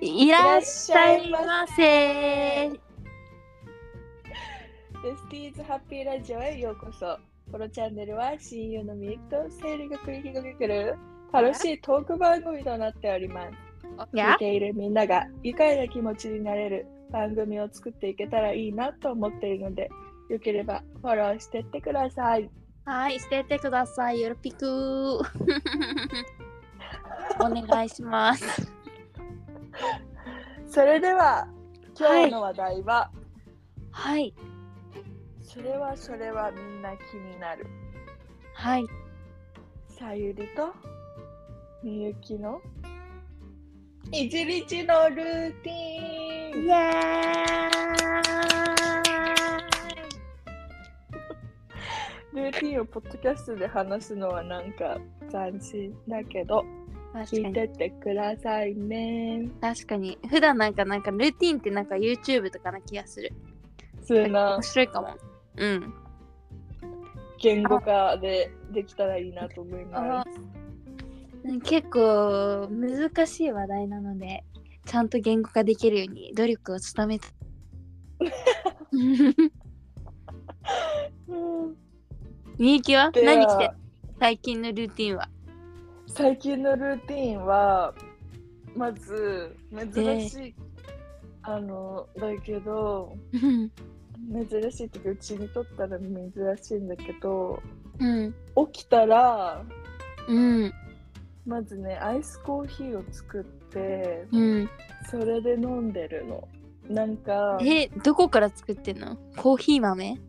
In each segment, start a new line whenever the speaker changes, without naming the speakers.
いらっしゃいませ。
ベスティーズハッピーラジオへようこそ。このチャンネルは親友のみゆきと生理が繰り広げる楽しいトーク番組となっております。
や
見ているみんなが愉快な気持ちになれる番組を作っていけたらいいなと思っているので、よければフォローしてってください。
はい、してってください。よろぴくー。 お願いします。
それでは、今日の話題は、
はい、
それはそれはみんな気になる。
はい、
さゆりとみゆきの一日のルーテ
イ
ィン
エ
ルーティンをポッドキャストで話すのはなんか斬新だけど聞
ー
い
イ。
てってくださいね
確かに普段なんかなんかルーティンってなんか YouTube とかな気がする
普通な
面白いかもうん
言語化でできたらいいなと思いま
あ結構難しい話題なのでちゃんと言語化できるように努力を努 めた
す、うん
みゆきは
で
何してる最近のルーティンは
最近のルーティンはまず珍しい、あのだけど
うん
珍しいっていうかうちにとったら珍しいんだけど
うん
起きたら
うん
まずねアイスコーヒーを作って
うん
それで飲んでるのなんか
えどこから作ってんのコーヒー豆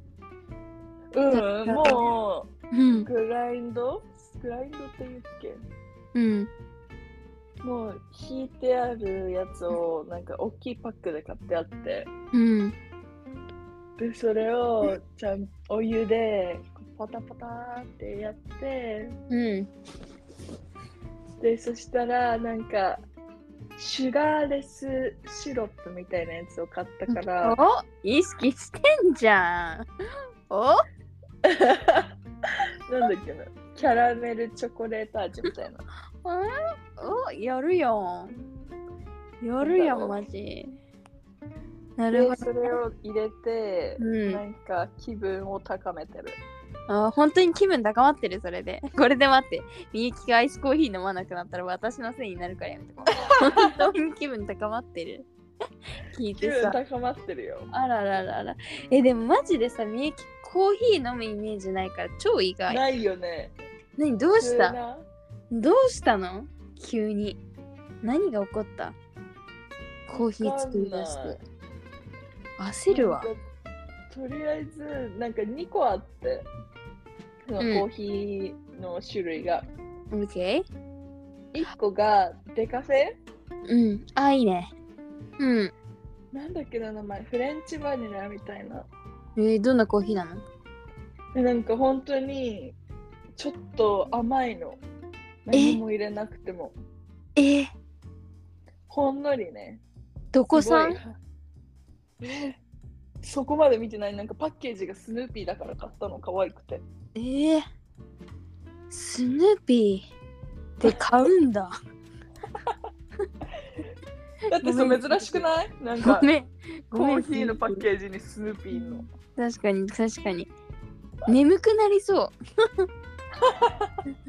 うんも
う
うんグラインドグラインドって言うっ
うん
けもう引いてあるやつをなんか大きいパックで買ってあって
うん
でそれをちゃんお湯でパタパタってやって
うん
でそしたらなんかシュガーレスシロップみたいなやつを買ったから、
お意識してんじゃんお
なんだっけなキャラメルチョコレート味みたい な。
おやるやんやるやんマジなるほ
で
ど
それを入れて、
うん
なんか気分を高めてる。
あー本当に気分高まってるそれで これで待ってみゆきがアイスコーヒー飲まなくなったら私のせいになるからやめてこう本当に気分高まってる 聞い
気
て
分
さ
高まってるよ。
あららららえでもマジでさみゆきコーヒー飲むイメージないから超意外
ないよね。
何どうした
な
どうしたの急に何が起こったコーヒー作り出し
わかんない
て焦るわ
なんかとりあえず、なんか2個あって、その
うん
コーヒーの種類が。
OK?
1個がデカフェ
うんあいいねうん
なんだっけな名前フレンチバニラみたいな。
えーどんなコーヒーなの
でなんか本当にちょっと甘いの。何も入れなくても。
えー
ほんのりね。
どこさん
すごいえそこまで見てないなんかパッケージがスヌーピーだから買ったの可愛くて
えー、スヌーピーで買うん だ。
だってそ
ごめ
うん珍しくないなん
ご
か
めん。
コ
ごめん
ーヒーのパッケージにスヌーピーの
確かに確かに。眠くなりそう。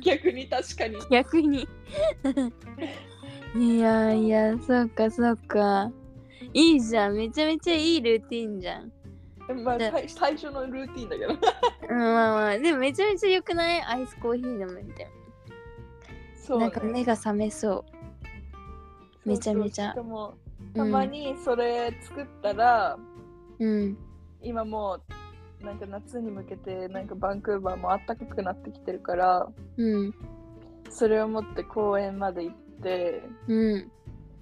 逆に確かに
逆に。 いやいや、そうかそうか。いいじゃん。めちゃめちゃいいルーティンじゃん。
まあ
で
最最初のルーティン だけど
うん、まあまあ。でもめちゃめちゃ良くないアイスコーヒー飲むみたい
そ
な。な
う、ね、
んか目が覚めそめちゃめちゃ
そうそうしかも
う。
たまにそれ作ったら、
うん。
今もうなんか夏に向けてなんかバンクーバーも暖かくなってきてるから
うん。
それを持って公園まで行って
うん。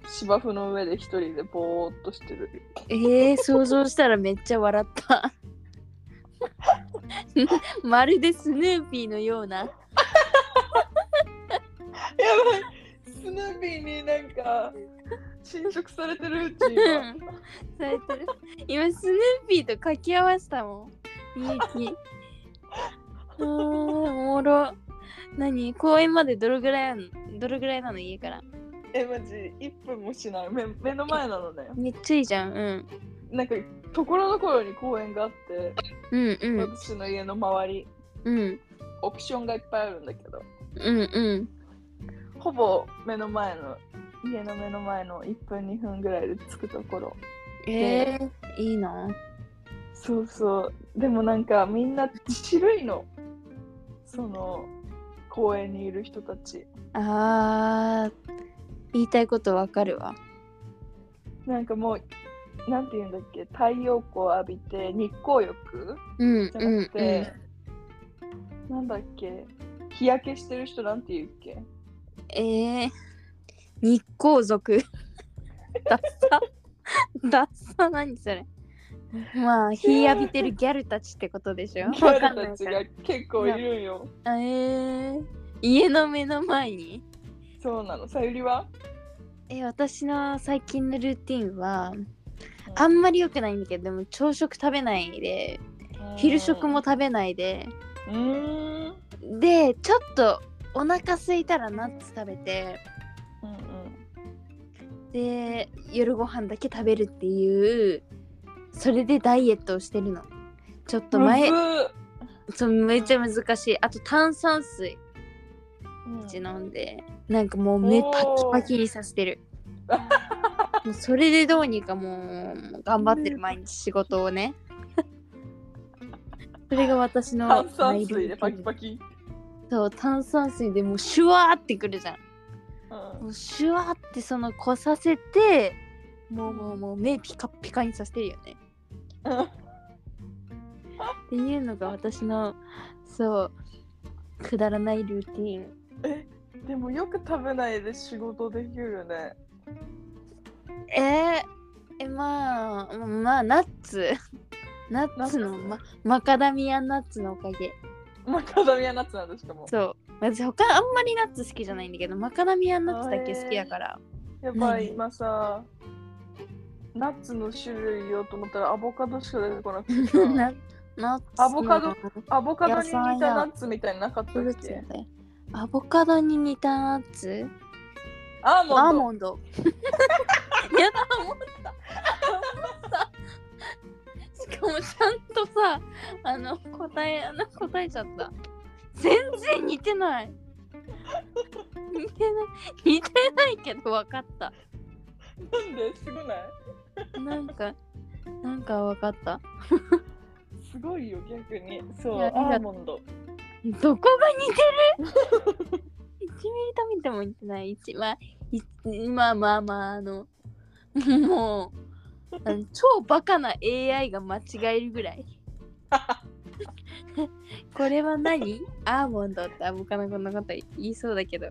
芝生の上で一人でぼーっとしてる
えー、想像したらめっちゃ笑 った。まるでスヌーピーのような。
やばいスヌーピーになんか侵食されてるうち
うん
今
されてる今スヌーピーと掛け合わせたもん。みゆ き。あーおもろ。何公園までどれぐらいあんどれぐらいなの家から。
えマジ1分もしない目目の前なのね
めっちゃいいじゃん。うん。
なんかところどころに公園があって、
うんうん。
私の家の周り
うん。
オプションがいっぱいあるんだけど
うんうん。
ほぼ目の前の家の目の前の1分2分ぐらいで着くところ
えー、いいな。
そうそうでもなんかみんな白いのその公園にいる人たち
あー、言いたいことわかるわ。
なんかもうなんて言うんだっけ太陽光浴びて日光浴
うん
じゃ
う
な
ん
くて
う、
なんだっけ日焼けしてる人なんて言うっけ
ん。えー、日光族。 ダッサ。ダッサ何それ。まあ、日浴びてるギャルたちってことでし ょ。
ギャ
わかんな
ル
い
たち
か
が結構いるんよ
ら。えー、家の目の前に
そうなのさゆりは
え私の最近のルーティンはあんまり良くないんだけどでも朝食食べないで昼食も食べないで
うーん
でちょっとお腹空いたらナッツ食べて
うん
で夜ご飯だけ食べるっていうそれでダイエットをしてるのちょっ
う
と
ん
前
むず
そうめっちゃ難しいあと炭酸水
うん
口飲んでなんかもう目パ
お
キ
ー
パキにさせてるもうそれでどうにかもう頑張ってる毎日仕事を ねそれが私の
炭酸水でパキパ
キ
キ、
そう炭酸水でもうシュワーってくるじゃん
うん
もうシュワーってそのこさせてもうもうもう目ピカピカにさせてるよねっていうのが私のそうくだらないルーティーン
えでもよく食べないで仕事できるよね
えーえまあまあナッ ツナッツの
ナッ
ま、マカダミアナッツのおかげ
マカダミアナッツなんでしかも
そう私他あんまりナッツ好きじゃないんだけどマカダミアナッツだけ好きだから、
やばい
何
今さナッツの種類よと思ったらアボカドしか出てこなくてさ
なナッツ
アボカド
の
アボカドに似
野菜
た
や
ナッツみたいになかった
フル
っ
ーツ
け
だよアボカドに似たナッツ
アーモンド
アーモン ドやだ思った思った しかもちゃんとさあの答えあの答えちゃった全然似てない似てない似てないけど分かった
なんですごない
なんかなんか分かった
すごいよ逆にそう
いやありがとう
アーモンド
どこが似てる1ミリと見ても似てない一、まあ、いまあまあまああのもうあの超バカな AI が間違えるぐらい これは何アーモンドってアボカドこんなこと言いそうだけど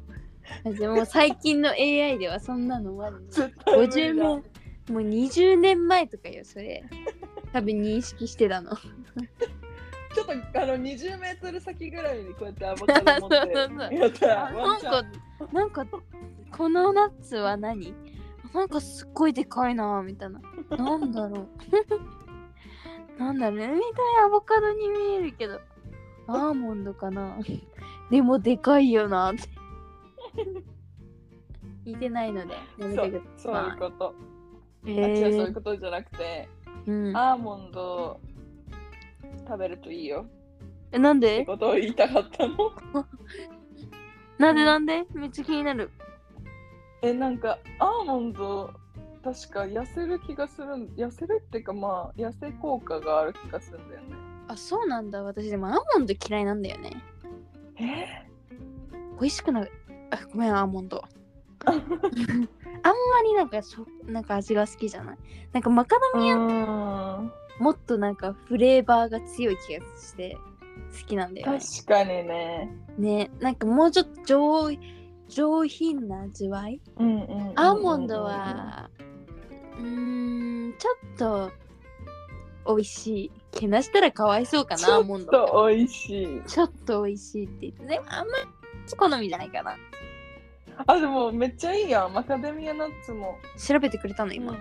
でも最近の AI ではそんなのまだ
絶対無理だ
50年もう20年前とかよそれ多分認識してたの
ちょっとあの20メートル先ぐらいにこうやってアボカド持
そ
っ
うそうそう
てやったらワ
な
ン
ん
チャン
か、なんか、このナッツは何なんかすっごいでかいなぁみたいな。なんだろう。 なんだろうね。みたいアボカドに見えるけど、アーモンドかなでもでかいよなって。似てないので、やめ
そ
て
う
く
そういうこと、
だ
あ違うそうい
さ
う
い。
ことじゃなくて
うん
アーモンド食べるといいよ
え、なん
って
で
ことを言いたかったの
なんでなんでめっちゃ気になる。
えなんかアーモンド確か痩せる気がするん痩せるっていうかまあ痩せ効果がある気がするんだよね
あ、そうなんだ。私でもアーモンド嫌いなんだよね。
え
美味しくない あごめんアーモン ドあんまりなんかしょなんか味が好きじゃないなんかマカダ
う
ミア
ーん
もっとなんかフレーバーが強い気がして好きなんだよね
確かにね
ねなんかもうちょっと上上品な味わい
うんうんうんうん
アーモンドはうーんちょっと美味しいけなしたらかわいそうか
ちょ
な
っ
アーモンドって
と美味しい
ちょっと美味しいって言ってでもあんまり好みじゃないかな
あでもめっちゃいいやんマカデミアナッツも
調べてくれたの今、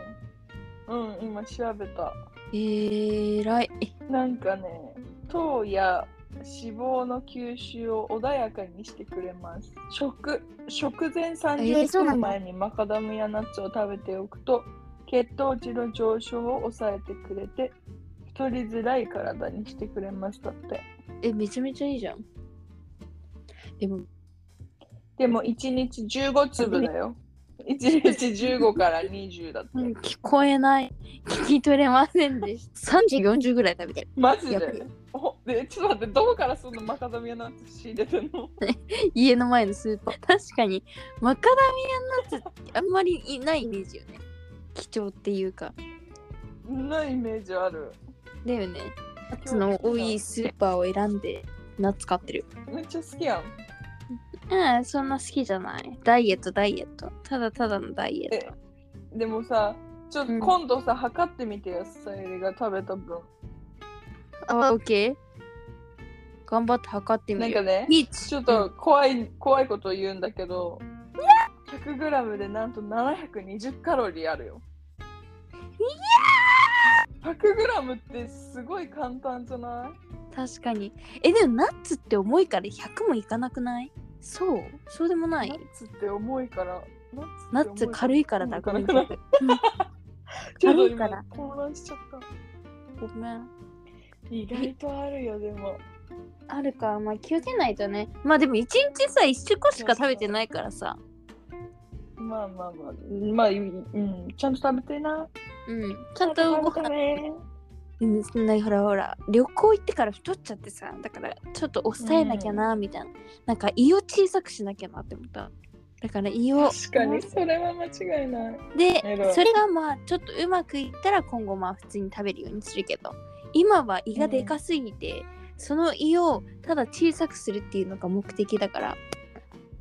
うん、うん、今調べた
えー、らい
なんかね糖や脂肪の吸収を穏やかにしてくれます食食前
えーそうな
30
ん
分
だ
前にマカダミアナッツを食べておくと血糖値の上昇を抑えてくれて太りづらい体にしてくれますだって
え、めちゃめちゃいいじゃん。でも、
でも1日15粒だよ1日15から20だって
うん、聞こえない。 聞き取れませんで した。3時40ぐらい食べてる。
マジ
やっぱり
でおでちょっと待ってどこからそのマカダミアナッツ仕入れてんの
家の前のスーパー。確かに、マカダミアナッツってあんまりいないイメージよね。貴重っていうか。
なイメージある
だよね。ナッツの多いスーパーを選んで、ナッツ買ってる。
めっちゃ好きやん
うん、そんな好きじゃない。ダイエット、ダイエット。ただただのダイエット。
でもさちょっと
うん
今度さ、測ってみてよさゆりが食べた分
あ、オッケー。頑張って測ってみ
な
る
ん
よ
か。ね
リーチ
ちょっと怖い、怖いことを言うんだけど 100g でなんと720カロリーあるよいや 100g ってすごい簡単じゃない
確かにえでもナッツって重いから100もいかなくないそうそうでもな
ナ
い
ッツって重いから
ナッツ軽いからだ
か
ごめ
ら
ん
ち
ち
ょ
ょ
っ
っと軽
と
いから
今混乱しちゃった
ごめん
意外とあるよでも
あるかまあ気をつけないとねまあでも1日さ1個しか食べてないからさ
まあまあまあまあうんちゃんと食べてな
うんちゃんとご
食べて
飯
ね
うんなほらほら旅行行ってから太っちゃってさだからちょっと抑えなきゃなみたいな、なんか胃を小さくしなきゃなって思っただから胃を
確かにそれは間違いない
で
偉い
それがまあちょっとうまくいったら今後まあ普通に食べるようにするけど今は胃がでかすぎて、その胃をただ小さくするっていうのが目的だから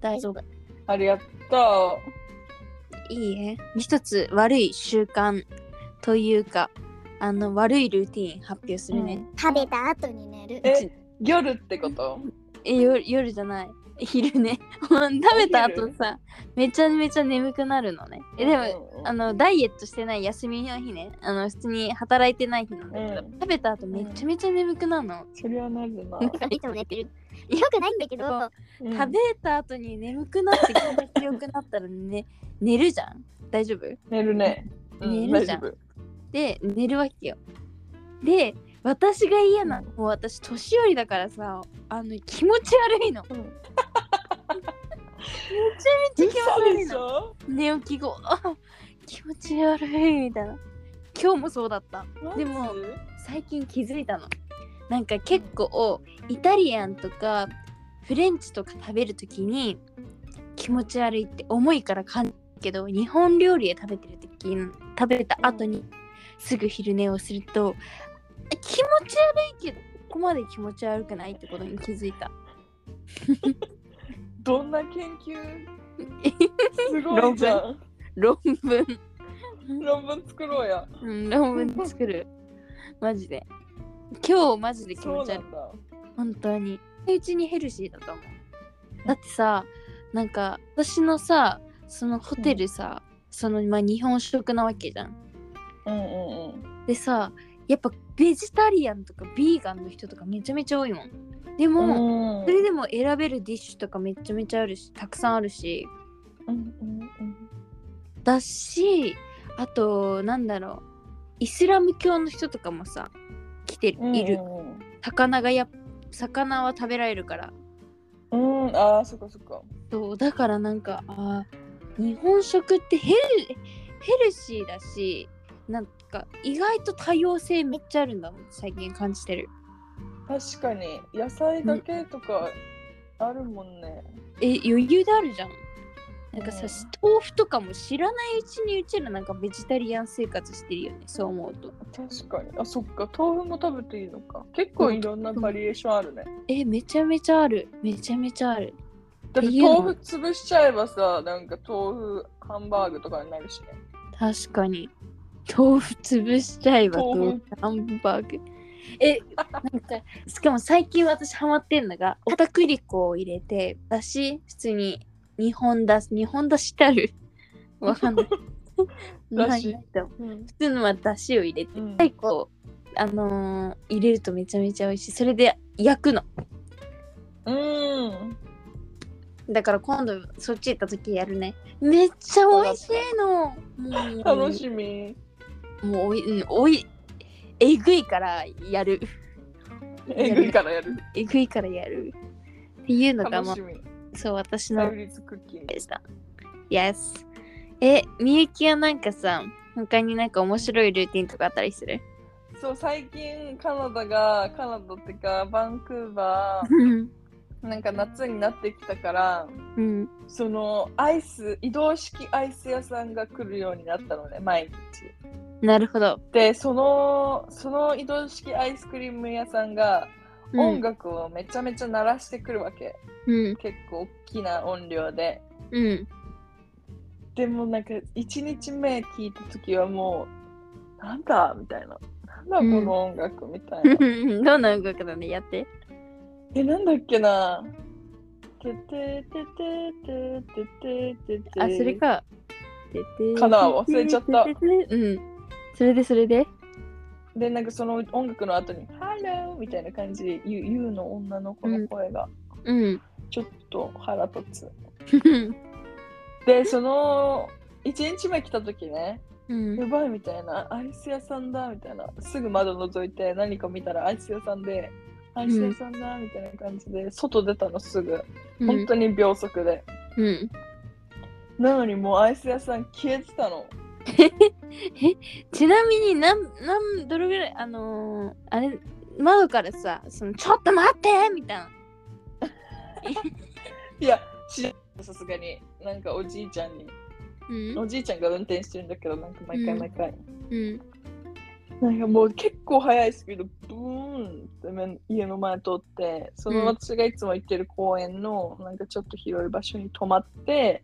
大丈夫
ありがと
いいえ一つ悪い習慣というかあの悪いルーティン発表するね、
食べた後に寝る
うえ夜ってこと
え夜夜じゃない昼ね 食べた後さめちゃめちゃ眠くなるのねえでも、
うん
あのダイエットしてない休みの日ねあの普通に働いてない日なんだけど、
うん
食べた後めちゃめちゃ眠くなるの、
それはなるな、
いつも寝てるよくないんだけど
うん
食べた後に眠くなって気が強くなったらね寝るじゃん大丈夫
寝るね、うん、
寝る
大
じ
丈
ゃん
夫
で寝るわけよで私が嫌なのもう私年寄りだからさあの気持ち悪いの
うん
めっちゃ気持ち
嘘
悪い
でし
の
ょ
寝起き後あ気持ち悪いみたいな今日もそうだったでも最近気づいたのなんか結構イタリアンとかフレンチとか食べるときに気持ち悪いって重いから感じるけど日本料理で食べてるとき食べた後にすぐ昼寝をすると気持ち悪いけどここまで気持ち悪くないってことに気づいた
どんな研 究すごいじゃん
論文、
論文作ろうや
うん、論文作るマジで今日マジで気
そ
持
う
ち悪
ないんだ
本当にうちにヘルシーだと思うだってさなんか私のさそのホテルさ、そのまあ日本食なわけじゃん
うんうんうん
でさやっぱベジタリアンとかビーガンの人とかめちゃめちゃ多いもんでも、
うん
それでも選べるディッシュとかめちゃめちゃあるしたくさんあるし
うんうんうん
だしあとなんだろうイスラム教の人とかもさ来てる
うん
いる、
うん
魚がや魚は食べられるから
うん、うん、ああそっかそっか
そうだからなんかあー日本食ってヘルヘルシーだしなんか意外と多様性めっちゃあるんだもん最近感じてる
確かに野菜だけとかあるもんね、
え余裕であるじゃんなんかさ、
うん
豆腐とかも知らないうちにうちらなんかベジタリアン生活してるよねそう思うと
確かにあそっか豆腐も食べていいのか結構いろんなバリエーションあるね、
えめちゃめちゃあるめちゃめちゃある
だっ
って
て
いうの
豆腐潰しちゃえばさなんか豆腐ハンバーグとかになるしね
確かに豆腐潰しちゃえば
豆腐
豆腐ハンバーグえなんかしかも最近私ハマってんのが片栗粉を入れてだし普通に日本だし日本だしってあ るわかんない
だ
な
し
いないと思う
うん
普通のはだしを入れて
うん
最後あのー入れるとめちゃめちゃ美味しいそれで焼くの
うん。
だから今度そっち行った時やるねめっちゃ美味しいのもう
楽しみ。
もうおい、うん、おいえぐいからやる
えぐいからやる。
えぐいからやるっていうのが、ま
楽
あ
し、み。
そう私
サ
の
イリズクッキング。
でした。Yes。え、みゆきはなんかさ、他になんか面白いルーティンとかあったりする
そう、最近カナダが、カナダってか、バンクーバ
うん。
ー、なんか夏になってきたから、
うん。
そのアイス、移動式アイス屋さんが来るようになったのね、毎日。
なるほど。
で、その、その移動式アイスクリーム屋さんが、
うん
音楽をめちゃめちゃ鳴らしてくるわけ。
うん。
結構大きな音量で。
うん。
でもなんか1日目聞いた時はもうなんだみたいな。なんだこの音楽みたいな。
どんな動きなのやって。
え、なんだっけなててててててててて。
あ、それ。か。
かな忘れちゃった
うん。それでそれで。
で、なんかその音楽の後に、ハローみたいな感じで言う言うの女の子の声が、
うん。
ちょっと腹立つ。で、その1日目来た時ね、
うん
やばいみたいな、アイス屋さんだみたいな、すぐ窓覗いて何か見たらアイス屋さんで、アイス屋さんだみたいな感じで、外出たのすぐ、
う
本
ん。
当に秒速で。
うん。
なのにもうアイス屋さん消えてたの。
ちなみになん、なん、どれぐらい、あのー、あれ、窓からさ、その、ちょっと待ってみたいな。
いや、知らないさすがに、なんかおじいちゃんに、
うん。
おじいちゃんが運転してるんだけど、なんか毎回毎回。
うん。
なんかもう結構速いスピード、ブーンってめ家の前通って、その私がいつも行ってる公園の、なんかちょっと広い場所に泊まって、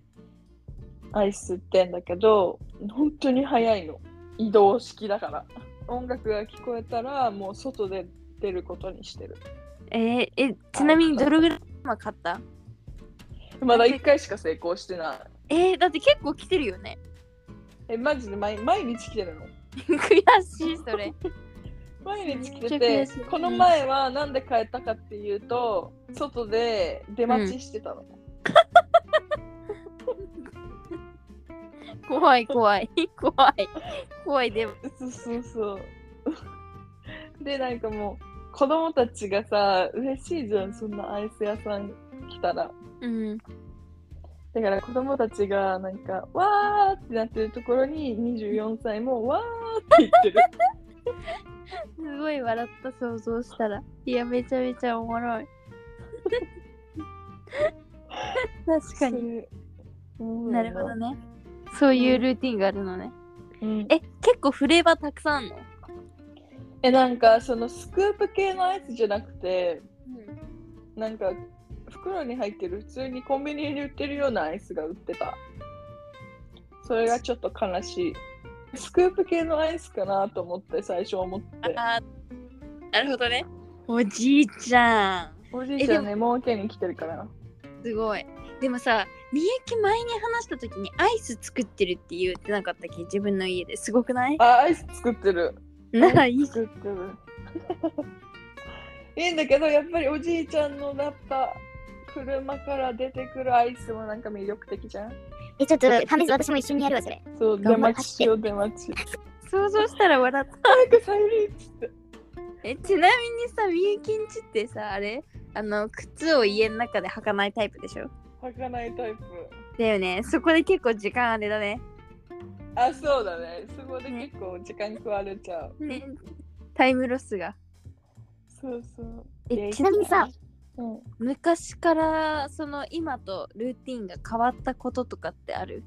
アイス売ってんだけど、本当に速いの。移動式だから。音楽が聞こえたら、もう外で出ることにしてる。
えー、え、ちなみにどれぐらい今買った
まだ1回しか成功してない。
えー、だって結構来てるよね。
え、マジで毎毎日来てるの
悔しい、それ。
毎日来
め
てて
っちゃ悔しい
この前はなんで変えたかっていうと外で出待ちしてたの、
怖い、怖い、 怖い。怖い、でも。
そうそうそう でなんかもう子供たちがさ嬉しいじゃんそんなアイス屋さん来たら
うん。
だから子供たちがなんかわーってなってるところに24歳もわーって言ってる
すごい笑った、想像したら。いや、めちゃめちゃおもろい。確かに。
にそう
なるほどね。そういうルーティンがあるのね。
うん
え、結構フレーバーたくさんあんの
えなんかそのスクープ系のアイスじゃなくてなんか袋に入ってる普通にコンビニに売ってるようなアイスが売ってたそれがちょっと悲しいスクープ系のアイスかなと思って最初思って
あーなるほどね。おじいちゃん。
おじいちゃんねもうけに来てるから
すごい。でもさ、みゆき前に話した時にアイス作ってるって言ってなかったっけ自分の家ですごくない
あアイス作ってる
ならいい
作ってる いいんだけどやっぱりおじいちゃんのだった車から出てくるアイスもなんか魅力的じゃん
え、ちょっと、試す私も一緒にやるわ、それ。
そう出
頑張っ
待ちしよう出待ち
想像したら笑った。
なんかサイリーっつって
えちなみにさ、みゆきんちってさ、あれあの、靴を家の中で履かないタイプでしょ
履かないタイプ
だよね。そこで結構時間あれだね。
あそうだねそこで結構時間食われちゃう、
ねタイムロスが。
そうそう
え、
ちなみに
う
さ、
ん
昔からその今とルーティンが変わったこととかってある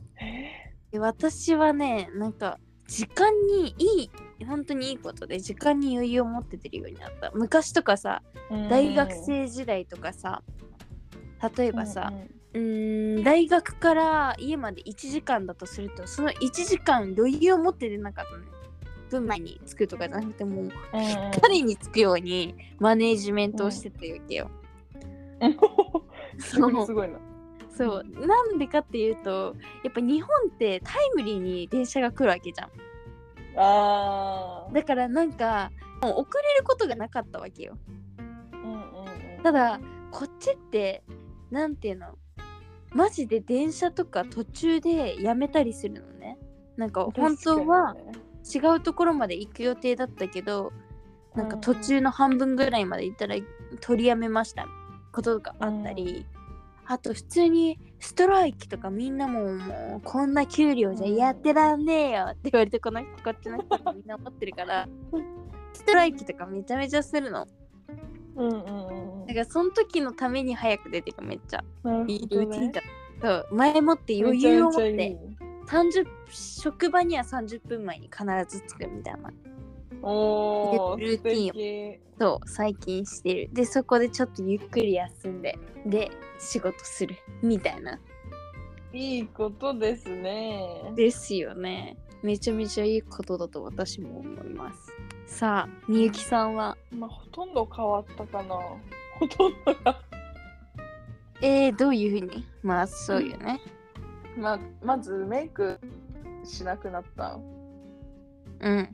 で私はねなんか時間にいい本当にいいことで時間に余裕を持って出るようになった昔とかさ大学生時代とかさ例えばさ、うーん大学から家まで1時間だとするとその1時間余裕を持って出なかったのね群馬に着くとかじゃなくてもう彼に着くようにマネージメントをしてたわけよ、
す
そ
ご
う
いすごいな
そうなんでかっていうとやっぱ日本ってタイムリーに電車が来るわけじゃん
あー
だからなんかもう遅れることがなかったわけよ
うんうんうん
ただこっちってなんていうのマジで電車とか途中でやめたりするのねなんか本当は
確かにね
違うところまで行く予定だったけどなんか途中の半分ぐらいまで行ったら取りやめましたことがあったり、あと普通にストライキとかみんなもうもうこんな給料じゃやってらんねえよって言われてこの人こっちの人もみんな思ってるからストライキとかめちゃめちゃするの
うんうんうん
だからその時のために早く出てくめっちゃ
なるほどね
いいルーティンだそう前もって余裕を持っ
めちゃめちゃい
て
い
30職場には30分前に必ず着くみたいな
おー
ルーティンを
素敵
そう最近してるでそこでちょっとゆっくり休んでで仕事するみたいない
いことですね
ですよねめちゃめちゃいいことだと私も思いますさあみゆきさんは
まあほとんど変わったかなほとんどが
えー、どういうふうにまあそうよね
まあまずメイクしなくなった
うん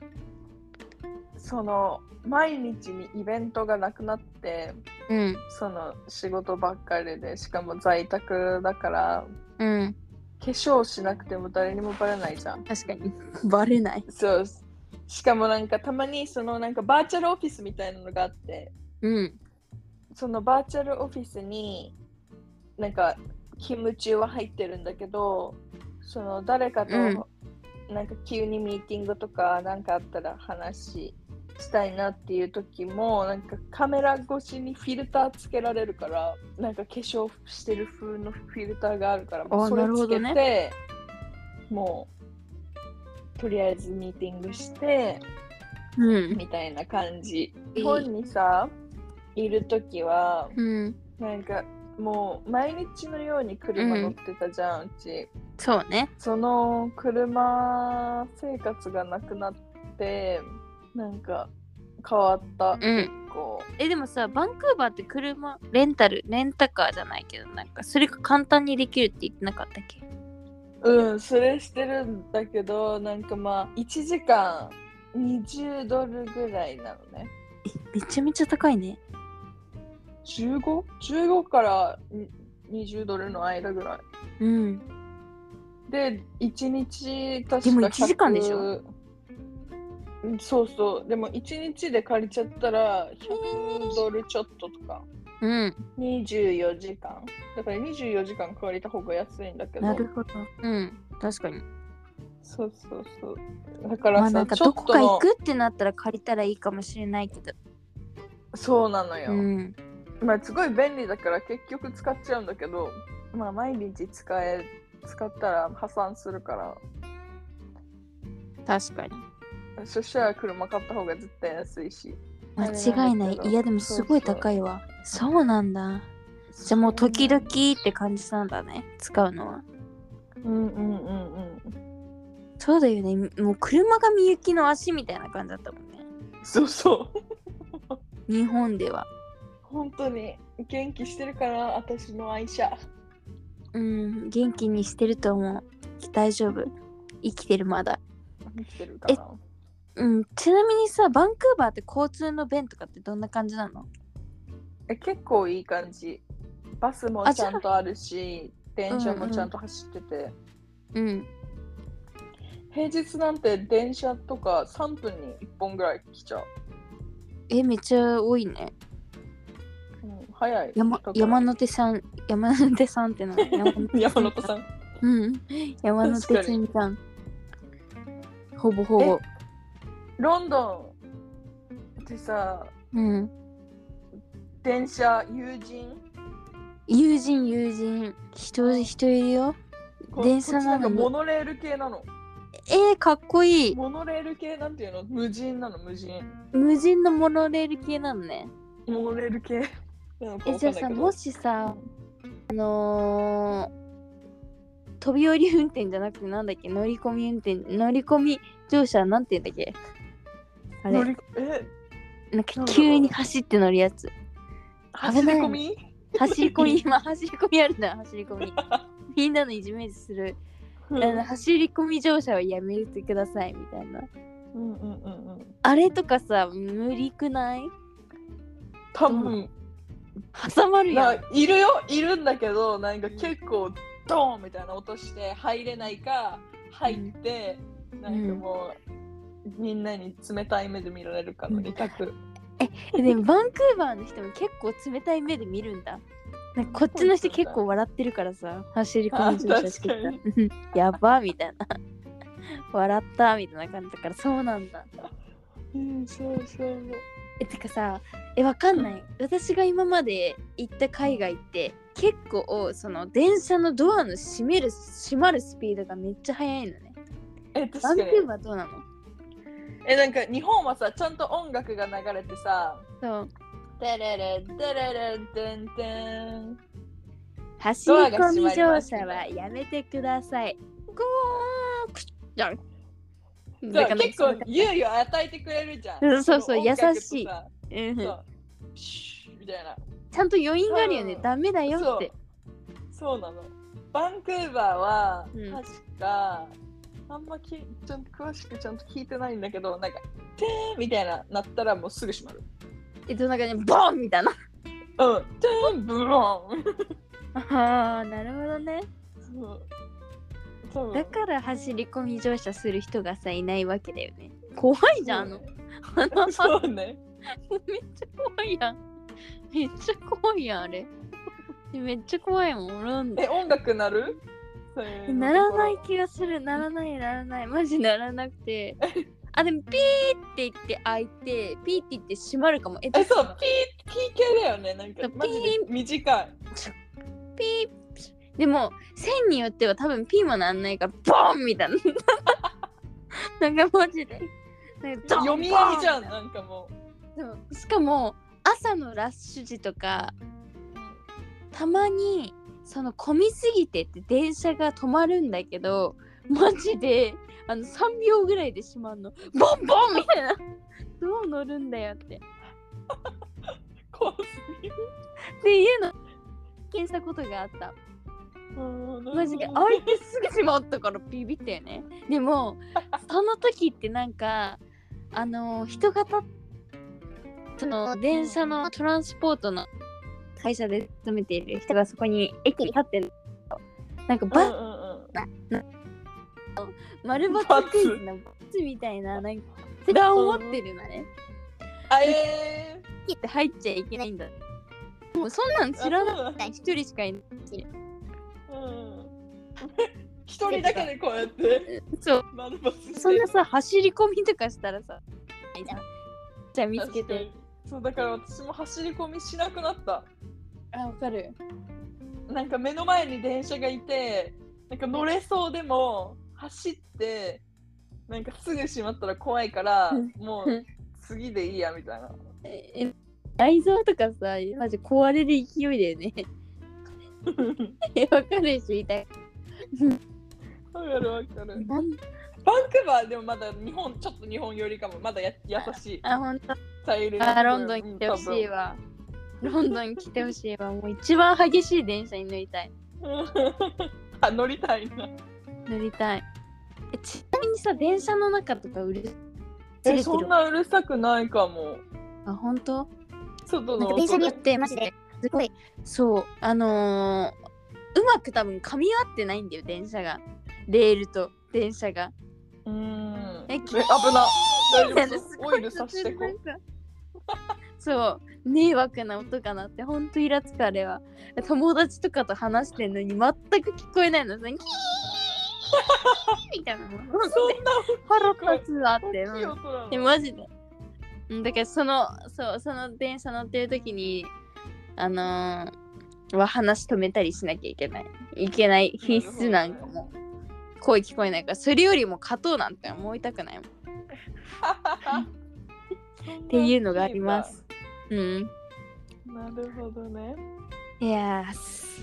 その毎日にイベントがなくなって
うん
その仕事ばっかりでしかも在宅だから
うん
化粧しなくても誰にもバレないじゃん
確かに バレない
そうしかもなんかたまにそのなんかバーチャルオフィスみたいなのがあって
うん
そのバーチャルオフィスになんか勤務中は入ってるんだけどその誰かと、
うん
なんか急にミーティングとかなんかあったら話したいなっていう時もなんかカメラ越しにフィルターつけられるからなんか化粧してる風のフィルターがあるからもうそれ
なる
つ
ほ
け
ど
て、
ね
もうとりあえずミーティングして
うん
みたいな感じ。
いい
日本にさいる時は
うん
なんかもう毎日のように車乗ってたじゃん、うち
そうね
その車生活がなくなってなんか変わった、
うん
結構
えでもさバンクーバーって車レンタルレンタカーじゃないけどなんかそれが簡単にできるって言ってなかったっけ
うんそれしてるんだけどなんかまあ1時間20ドルぐらいなのね
めちゃめちゃ高いね
15?15 から20ドルの間ぐらい
うん
で1日確か
でも1時間でし
ょそうそうでも1日で借りちゃったら100ドルちょっととか
うん
24時間だから24時間借りた方が安いんだけど
なるほどうん確かに
そうそうそうだ
ま
から
あ
さ、
なんか
ちょ
ど
っ
ことか
の
行くってなったら借りたらいいかもしれないけど
そうなのよ、
うん
まあすごい便利だから結局使っちゃうんだけどまあ毎日使え使ったら破産するから
確かに
そしたら車買った方が絶対安いし
間違いないいやでもすごい高
い
いわそうなんだじゃあもう時々って感じなんだね使うのは
うんうんうんうん
そうだよねもう車がみゆきの足みたいな感じだったもんね
そうそう
日本では
本当に元気してるから私の愛車
うん元気にしてると思う大丈夫生きてるまだ
生きてるから
うんちなみにさバンクーバーって交通の便とかってどんな感じなの
え結構いい感じバスも
あ
ちゃんとあるし電車
うんう
も
ん
ちゃんと走ってて、
うん
平日なんて電車とか3分に1本ぐらい来ちゃう、
えめっちゃ多いね
うん、早い
山
だから
山手さん山手さんって な
山手さん
うん山手線じゃんほぼほぼ
ロンドンってさ
うん
電車友人
友人友人人人いるよ
こ
電車
こっちなんか
なのに
モノレール系なの
えー、かっこいい
モノレール系なんていうの無人なの無人
無人のモノレール系なのね
モノレール系なのか
え
わ
じゃあ
かんないけ
さ
ど
もしさあのー、飛び降り運転じゃなくてなんだっけ乗り込み運転乗り込み乗車なんて言うんだっけあ
乗
れ
りえ
なんか急に走って乗るやつ
走り込み
走り込み今走り込みあるんだ走り 込みみんなのイメージする、あの走り込み乗車はやめてくださいみたいな
うんうんうんうん。
あれとかさ無理くない
多分、
挟まるや
なんいるよいるんだけどなんか結構ドーンみたいな音して入れないか入って、なんかもう、みんなに冷たい目で見られるかの
うん
二択、
えでもバンクーバーの人も結構冷たい目で見るんだなんかこっちの人結構笑ってるからさ走り込む人たち
あ確
た やばみたいな笑ったみたいな感じだからそうなんだ
うん、そうそう
えてかさえわかんない私が今まで行った海外って結構その電車のドアの閉める閉まるスピードがめっちゃ速いのね
え確
バ
か
ンク
に
ーバーどうなの
えなんか日本はさちゃんと音楽が流れてさ
そう
「テレレテレレテンテン
走り込み乗車はやめてください。ゴーンクッじゃん。」
そ
だ
う
から
結構猶予与えてくれるじゃん
うんそうそう
の音楽とさ
優しいうん
そうピシュッみたいな
ちゃんと余韻があるよね
う。ん
ダメだよって。
そうなの。バンクーバーは
うん
確か、あんまきちゃんと詳しくちゃんと聞いてないんだけどなんか「てー」みたいななったらもうすぐ閉まる。
えっとなんかね、ボーンみたいな。
うん。てーんブローン。
ああ、なるほどね。
そうそう
だから走り込み乗車する人がさ、いないわけだよね。怖いじゃん、あの。あの
そうね。そうね。
めっちゃ怖いやん。めっちゃ怖いやん、あれ。 めっちゃ怖いもん。なんだ
え音楽なる？せーの
ならない。気がするならないならないマジならなく てあでもピーって言って開いてピーって言って閉まるかもえ
え
だか
そ
ら
うピーピー系だよねなん
そ
か
う
マジで短い。
ピーでも線によっては多分ピーもなんないから ボーンみたいななんかマジでなんかドン
読み上げじゃん
ボーン
なんかも
そうしかも朝のラッシュ時とかたまにその混みすぎてって電車が止まるんだけどマジであの3秒ぐらいでしまうのボンボンみたいなどう乗るんだよってっ
う怖すぎる。
ていうの発見したことがあったマジで
あ
開いてすぐしまったからビビったよねでもその時ってなんかあの人が立っその電車のトランスポートの会社で勤めている人がそこに駅に立ってるなんか
うん
バ
うんうん。
丸バツクイズのバツみたいななんか札を持ってるのね。
あえ
切って入っちゃいけないんだ。もうそんなん
ー。
知ら
あ
な
そうの
い一人しかいない。
うん一人だけでこうやって
そう
丸バスして
そんなさ走り込みとかしたらさ。じゃあ見つけ
確か
て。
にそうだから私も走り込みしなくなった
あわかる。
なんか目の前に電車がいてなんか乗れそうでも走ってなんかすぐ閉まったら怖いから
うん
も
う
うん次でいいやみたいな
え内臓とかさマジ壊れる勢いだよね。え わかるでしょ言いたい。
わかるわかる
なん
バンクーバーでもまだ日本ちょっと日本寄りかもまだや優しい
あ本当。
タイル
あロンドン行ってほしいわ。ロンドン来てほしいわ。もう一番激しい電車に乗りたい。
あ乗りたいな
塗りたいえちなみにさ電車の中とかうるさ
えそんなうるさくないかも
あ本当
外
な
の
んか電車によってマジですごい
そうあのーうまく多分噛み合ってないんだよ電車がレールと電車が
うーん。
え
え、
き
危な。大
なんか
丈夫
す。
オ
ご
イルさしてこう。
そう迷惑な音かなってほんとイラつくあれは友達とかと話してんのに全く聞こえないのさキーみたいな
そんな
腹立つわって
大きい音なの。
えマジでうんだからそのそうその電車乗ってる時にあのー、は話止めたりしなきゃいけないいけない必須なんか も、声聞こえないからそれよりも勝とうなんて思いたくないもんっていうのがあります。うん
なるほどね。
いやーす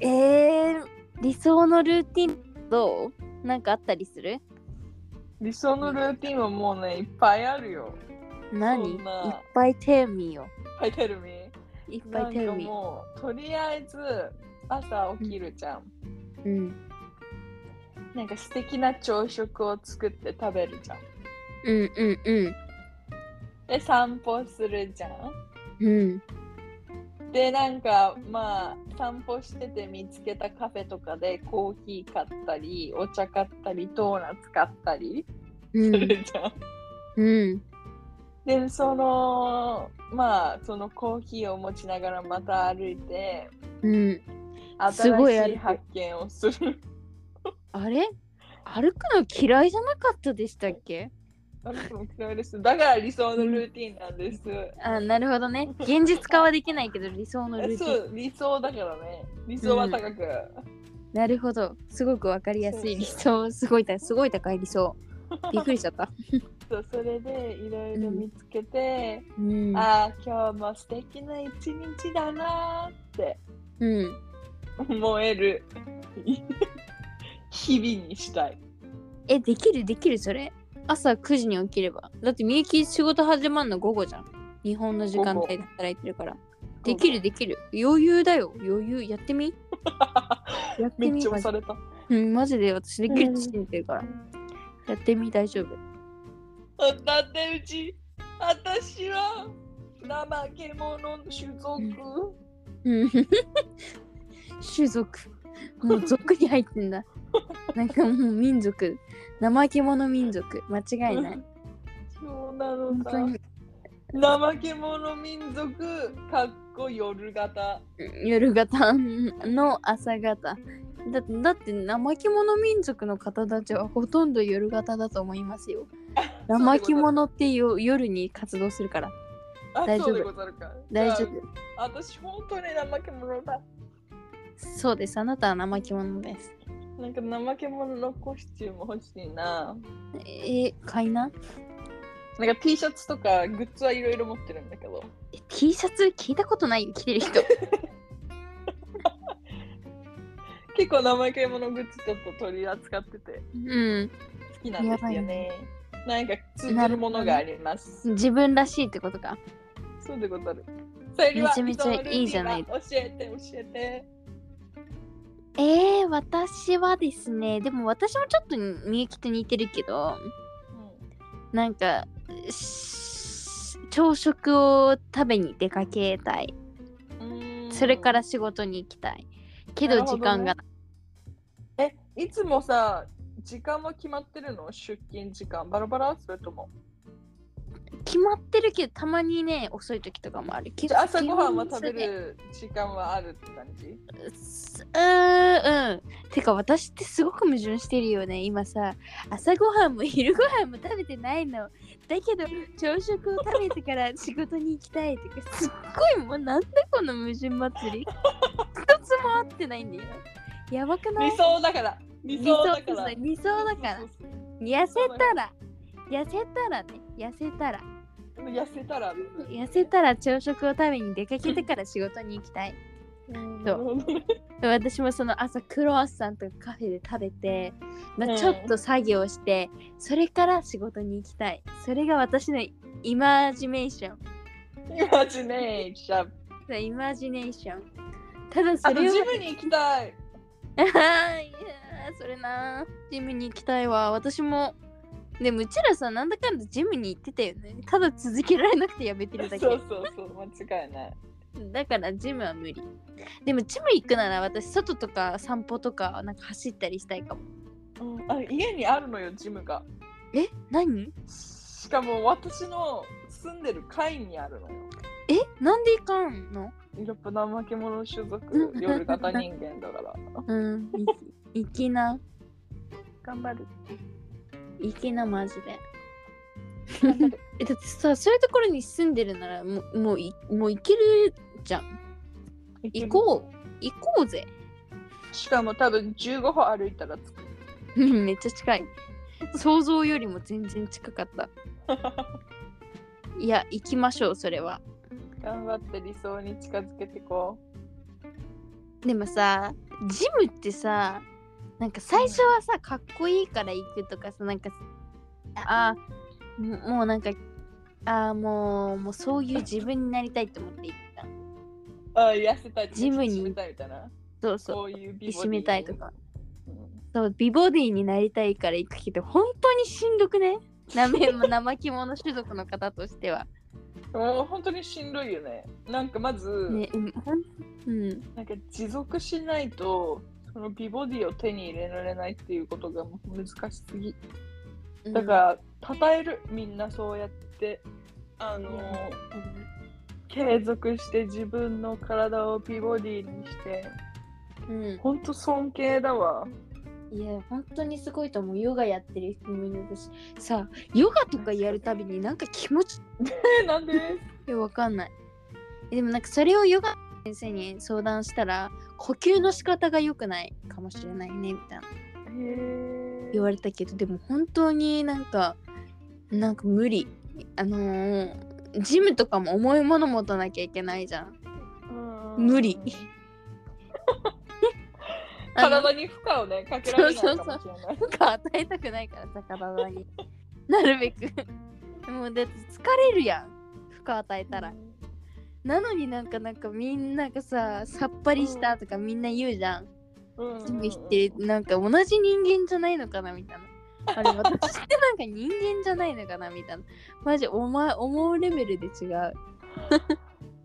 えー、理想のルーティンどうなんかあったりする
理想のルーティンはもうね、いっぱいあるよ。
何い
そ
っ
んな
ぱいテーミーよ
はい、テルミー。
いっ
な
ぱい
ん
テ
か
ーミー
もう、とりあえず朝起きるじゃん。
うん
なんか素敵な朝食を作って食べるじゃん。
うんうんうん
で散歩するじゃん
うん
でなんかまあ散歩してて見つけたカフェとかでコーヒー買ったりお茶買ったりドーナツ買ったり
う
す
ん
るじゃん
うん
でそのまあそのコーヒーを持ちながらまた歩いて
うんすごい
新
歩
し
く
い発見をする
あれ歩くの嫌いじゃなかったでしたっけ
あなたも嫌いですだから理想のルーティンなんです、
あなるほどね現実化はできないけど理想のル
え
ーテ
そ
ィン
う理想だからね理想は高く、
なるほどすごくわかりやすい理
そ
想すごいたすごい高い理想びっくりしちゃった
そうそれでいろいろ見つけて、
うん
ああ今日も素敵な一日だなーって
うん
思える 日々にしたい
えできるできるそれ朝9時に起きればだってみゆき仕事始まるの午後じゃん日本の時間帯で働いてるからできるできる余裕だよ余裕やって みやって
めっ
み
ちゃ
マ
押
ジ
された
うんマジで私できるって信じてるからやってみ大丈夫
だってうち私は怠け者の種族
うん種族もう族に入ってんだなんかもう民族怠け者民族間違いない
そうなの
本当
だ
に
怠け者民族かっこ夜型
夜型の朝型だってだって怠け者民族の方たちはほとんど夜型だと思いますよ
そうでござる
怠け者っていう夜に活動するから
あ
大丈夫
そうでござるか
大丈夫
じゃあ私本当に怠け者だ
そうですあなたは怠け者です
なんか怠け者のコスチューム欲しいな
え買いな
なんか T シャツとかグッズはいろいろ持ってるんだけど
え T シャツ聞いたことないよ着てる人
結構怠け者グッズちょっと取り扱ってて
うん
好きなんですよ
やばい
ねなんか通ずるものがあります
自分らしいってことか
そうでござる。さゆりは
めちゃめちゃいいじゃない
人のルーティンは教えて、教えて。
えー、私はですねでも私もちょっとみゆきと似てるけどなんかし朝食を食べに出かけたい
うん
それから。仕事に行きたいけど
なるほ
時
どね
間が、
え、いつもさ、時間は決まってるの出勤時間。バラバラそれとも。
決まってるけどたまにね遅い時とかもあるけ
じ
ど
ゃあ朝ごはんは
基本
食
それ
べる時間はあるって感じ
すうーんうんてか私ってすごく矛盾してるよね今さ朝ごはんも昼ごはんも食べてないのだけど朝食を食べてから仕事に行きたいとかすっごいもうなんだこの矛盾祭り一つも合ってないんだよやばくない
理想だから。理想だから。
理想だから
そうそう
痩せたら痩せたらね痩せたら
そう痩せたら。
痩せたら朝食を食べに出かけてから仕事に行きたい
うん
そう私もその朝クロワッサンとかカフェで食べて、ま
う
あ、
ん
ちょっと作業して、それから仕事に行きたいそれが私のイマジネーション
イ マジネーション。
そうイマジネーションただ
あ
そ
と
れを
ジムに行きたい。
あーいやーそれなージムに行きたいわ私もでもうちらさなんだかんだジムに行ってたよねただ続けられなくてやめてるだけ
そうそうそう、間違いない。
だからジムは無理でもジム行くなら私外とか散歩とかなんか走ったりしたいかも
うんあ家にあるのよ、ジムが。
え何
しかも私の住んでる階にあるのよ。
えなんで行かんの
やっぱ怠け者種族、夜型人間だ から。
うんい行きな
頑張る。
行きなマジで
頑張る。
えだってさそういうところに住んでるならもうもういもう行けるじゃん行こう行こうぜ
う。しかも多分15歩歩いたら着く。
うんめっちゃ近い想像よりも全然近か ったいや行きましょうそれは
頑張って理想に近づけてこ
でもさジムってさなんか最初はさかっこいいから行くとかさなんかあももうなんかあもうもうそういう自分になりたいと思って行った
う。あ痩せたい。
ジムに
締めたいみたいな。
そうそう
そういう美
締めたいとか
うん
そう美ボディになりたいから行くけど本当にしんどくねなめ 生着物種族の方としては。
もう本当にしんどいよね。なんかまず、
ね、うんほん、うん、
なんか持続しないとその美ボディを手に入れられないっていうことがもう難しすぎ
うん
だから称えるみんなそうやってあの継続して自分の体を美ボディにして
うん、
ほんと尊敬だわ
いや本当にすごいと思うヨガやってる人もいるしさヨガとかやるたびになんか気持ち
えなんで
えわかんないえでもなんかそれをヨガ先生に相談したら呼吸の仕方が良くないかもしれないねみたいな
へ
言われたけどでも本当になんかなんか無理あのージムとかも重いもの持たなきゃいけないじゃん無理あの
体に負荷をねかけられないかもしれない
負荷与えたくないからさ体に なるべくもうだって疲れるやん負荷与えたらなのになんかなんかみんながささっぱりしたとかみんな言うじゃん
うん
ジム行ってるなんか同じ人間じゃないのかなみたいな。あれ私ってなんか人間じゃないのかなみたいな。マジお前思うレベルで違う。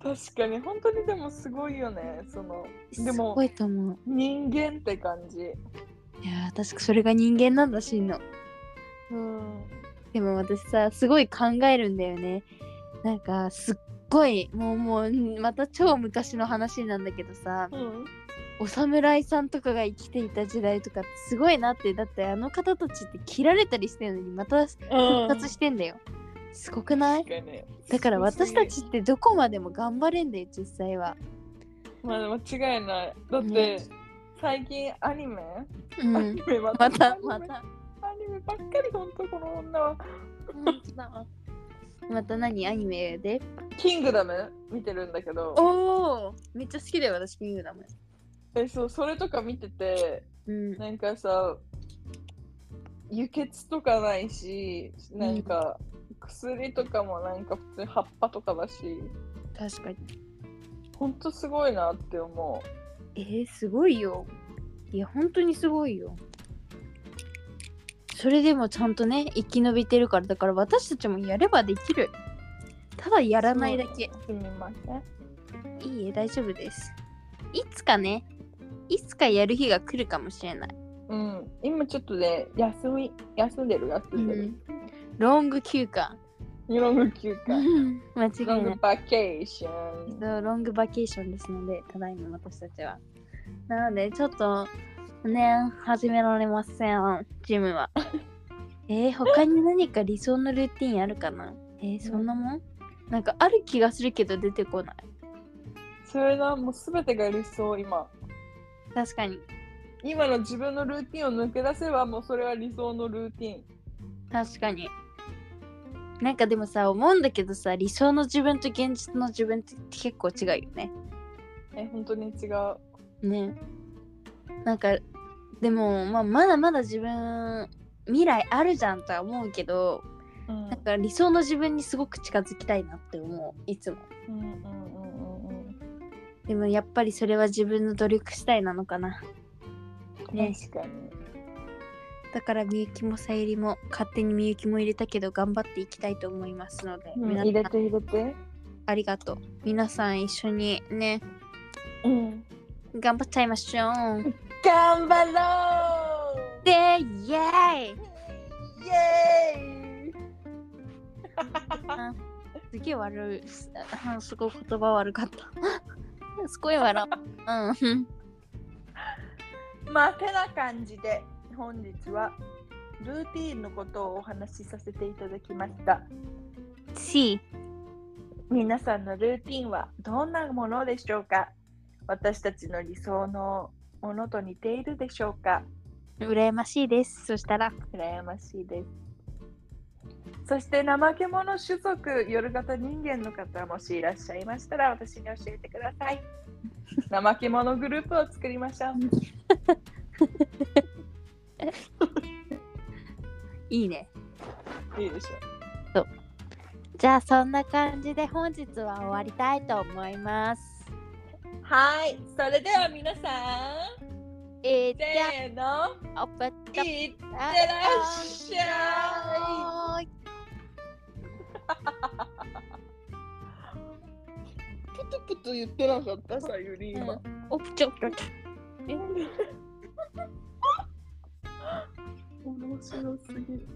確かに本当にでもすごいよねそのですも
ごいと思う。
人間って感じ
いやー確かそれが人間なんだしんの。
うん
でも私さすごい考えるんだよね。なんかすっごいもうもうまた超昔の話なんだけどさ
うん
お侍さんとかが生きていた時代とかってすごいなってだってあの方たちって切られたりしてるのにまた復活してんだよ。すごくない
確かに
だから私たちってどこまでも頑張れんだよ実際は。
まあ間違いないだって、
ね
最近アニメ、
う
アニ
ん。
メ ま
また
ア
ま
ニメ
た。
アニメばっかり本当この女は
また何アニメで
キングダム見てるんだけど
おおめっちゃ好きだよ私キングダム。
えそうそれとか見てて
うん。
なんかさ輸血とかないしなんか薬とかもなんか普通に葉っぱとかだし
確かに。
ほんとすごいなって思
えー、すごいよ。いや本当にすごいよ。それでもちゃんとね生き延びてるからだから私たちもやればできる。ただや
う
らないだけ。
そうすみません
いいえ大丈夫です。いつかねいつかやる日が来るかもしれない。
うん今ちょっとね休み休んでる休んでる、
ロング休暇。
日本の休暇
間
ロ
違い
ン
な
グ
い。
バケーション。
ロングバケーションですので、ただいま私たちは。なので、ちょっと、ね、始められません、ジムは。 えー、他に何か理想のルーティンあるかなえー、そんなもんなんかある気がするけど出てこない。
それな、もうすべてが理想、今。
確かに、
今の自分のルーティンを抜け出せば、もうそれは理想のルーティン。
確かに。なんかでもさ、思うんだけどさ、理想の自分と現実の自分って結構違うよね。
え、本当に違う。
ねなんかでも、まあ、まだまだ自分未来あるじゃんとは思うけど
うん
なんか理想の自分にすごく近づきたいなって思ういつも
うんうんうんうんうん。
でもやっぱりそれは自分の努力次第なのかなね
確かに。
だからみゆきもさゆりも勝手にみゆきも入れたけど頑張っていきたいと思いますので、
うん
皆
入れ
さん
て入れて。
ありがとう皆さん一緒にね
うん。
頑張っちゃいましょ う
頑張ろう
でイエーイ
イエーイ
すげえ悪い。すあすごい言葉悪かった。 すごい笑う。うん。
まあ、てな感じで、本日はルーティンのことをお話しさせていただきました。
C。
皆さんのルーティンはどんなものでしょうか私たちの理想のものと似ているでしょうか
羨ましいです。そしたら、
羨ましいです。そして怠け者種族夜型人間の方もしいらっしゃいましたら私に教えてくだ さい。怠け者グループを作りましょう。
いいね。
いいでしょ
じゃあ、そんな感じで本日は終わりたいと思います。
う。はい、それでは皆さん、
えー、じ
せーの、
ゃあ、おっぱっ
いって
た
らっしゃ
ー
い。
い。
プトプト言ってなかったさゆり今、
おぷちょぷちょ。
面白すぎる。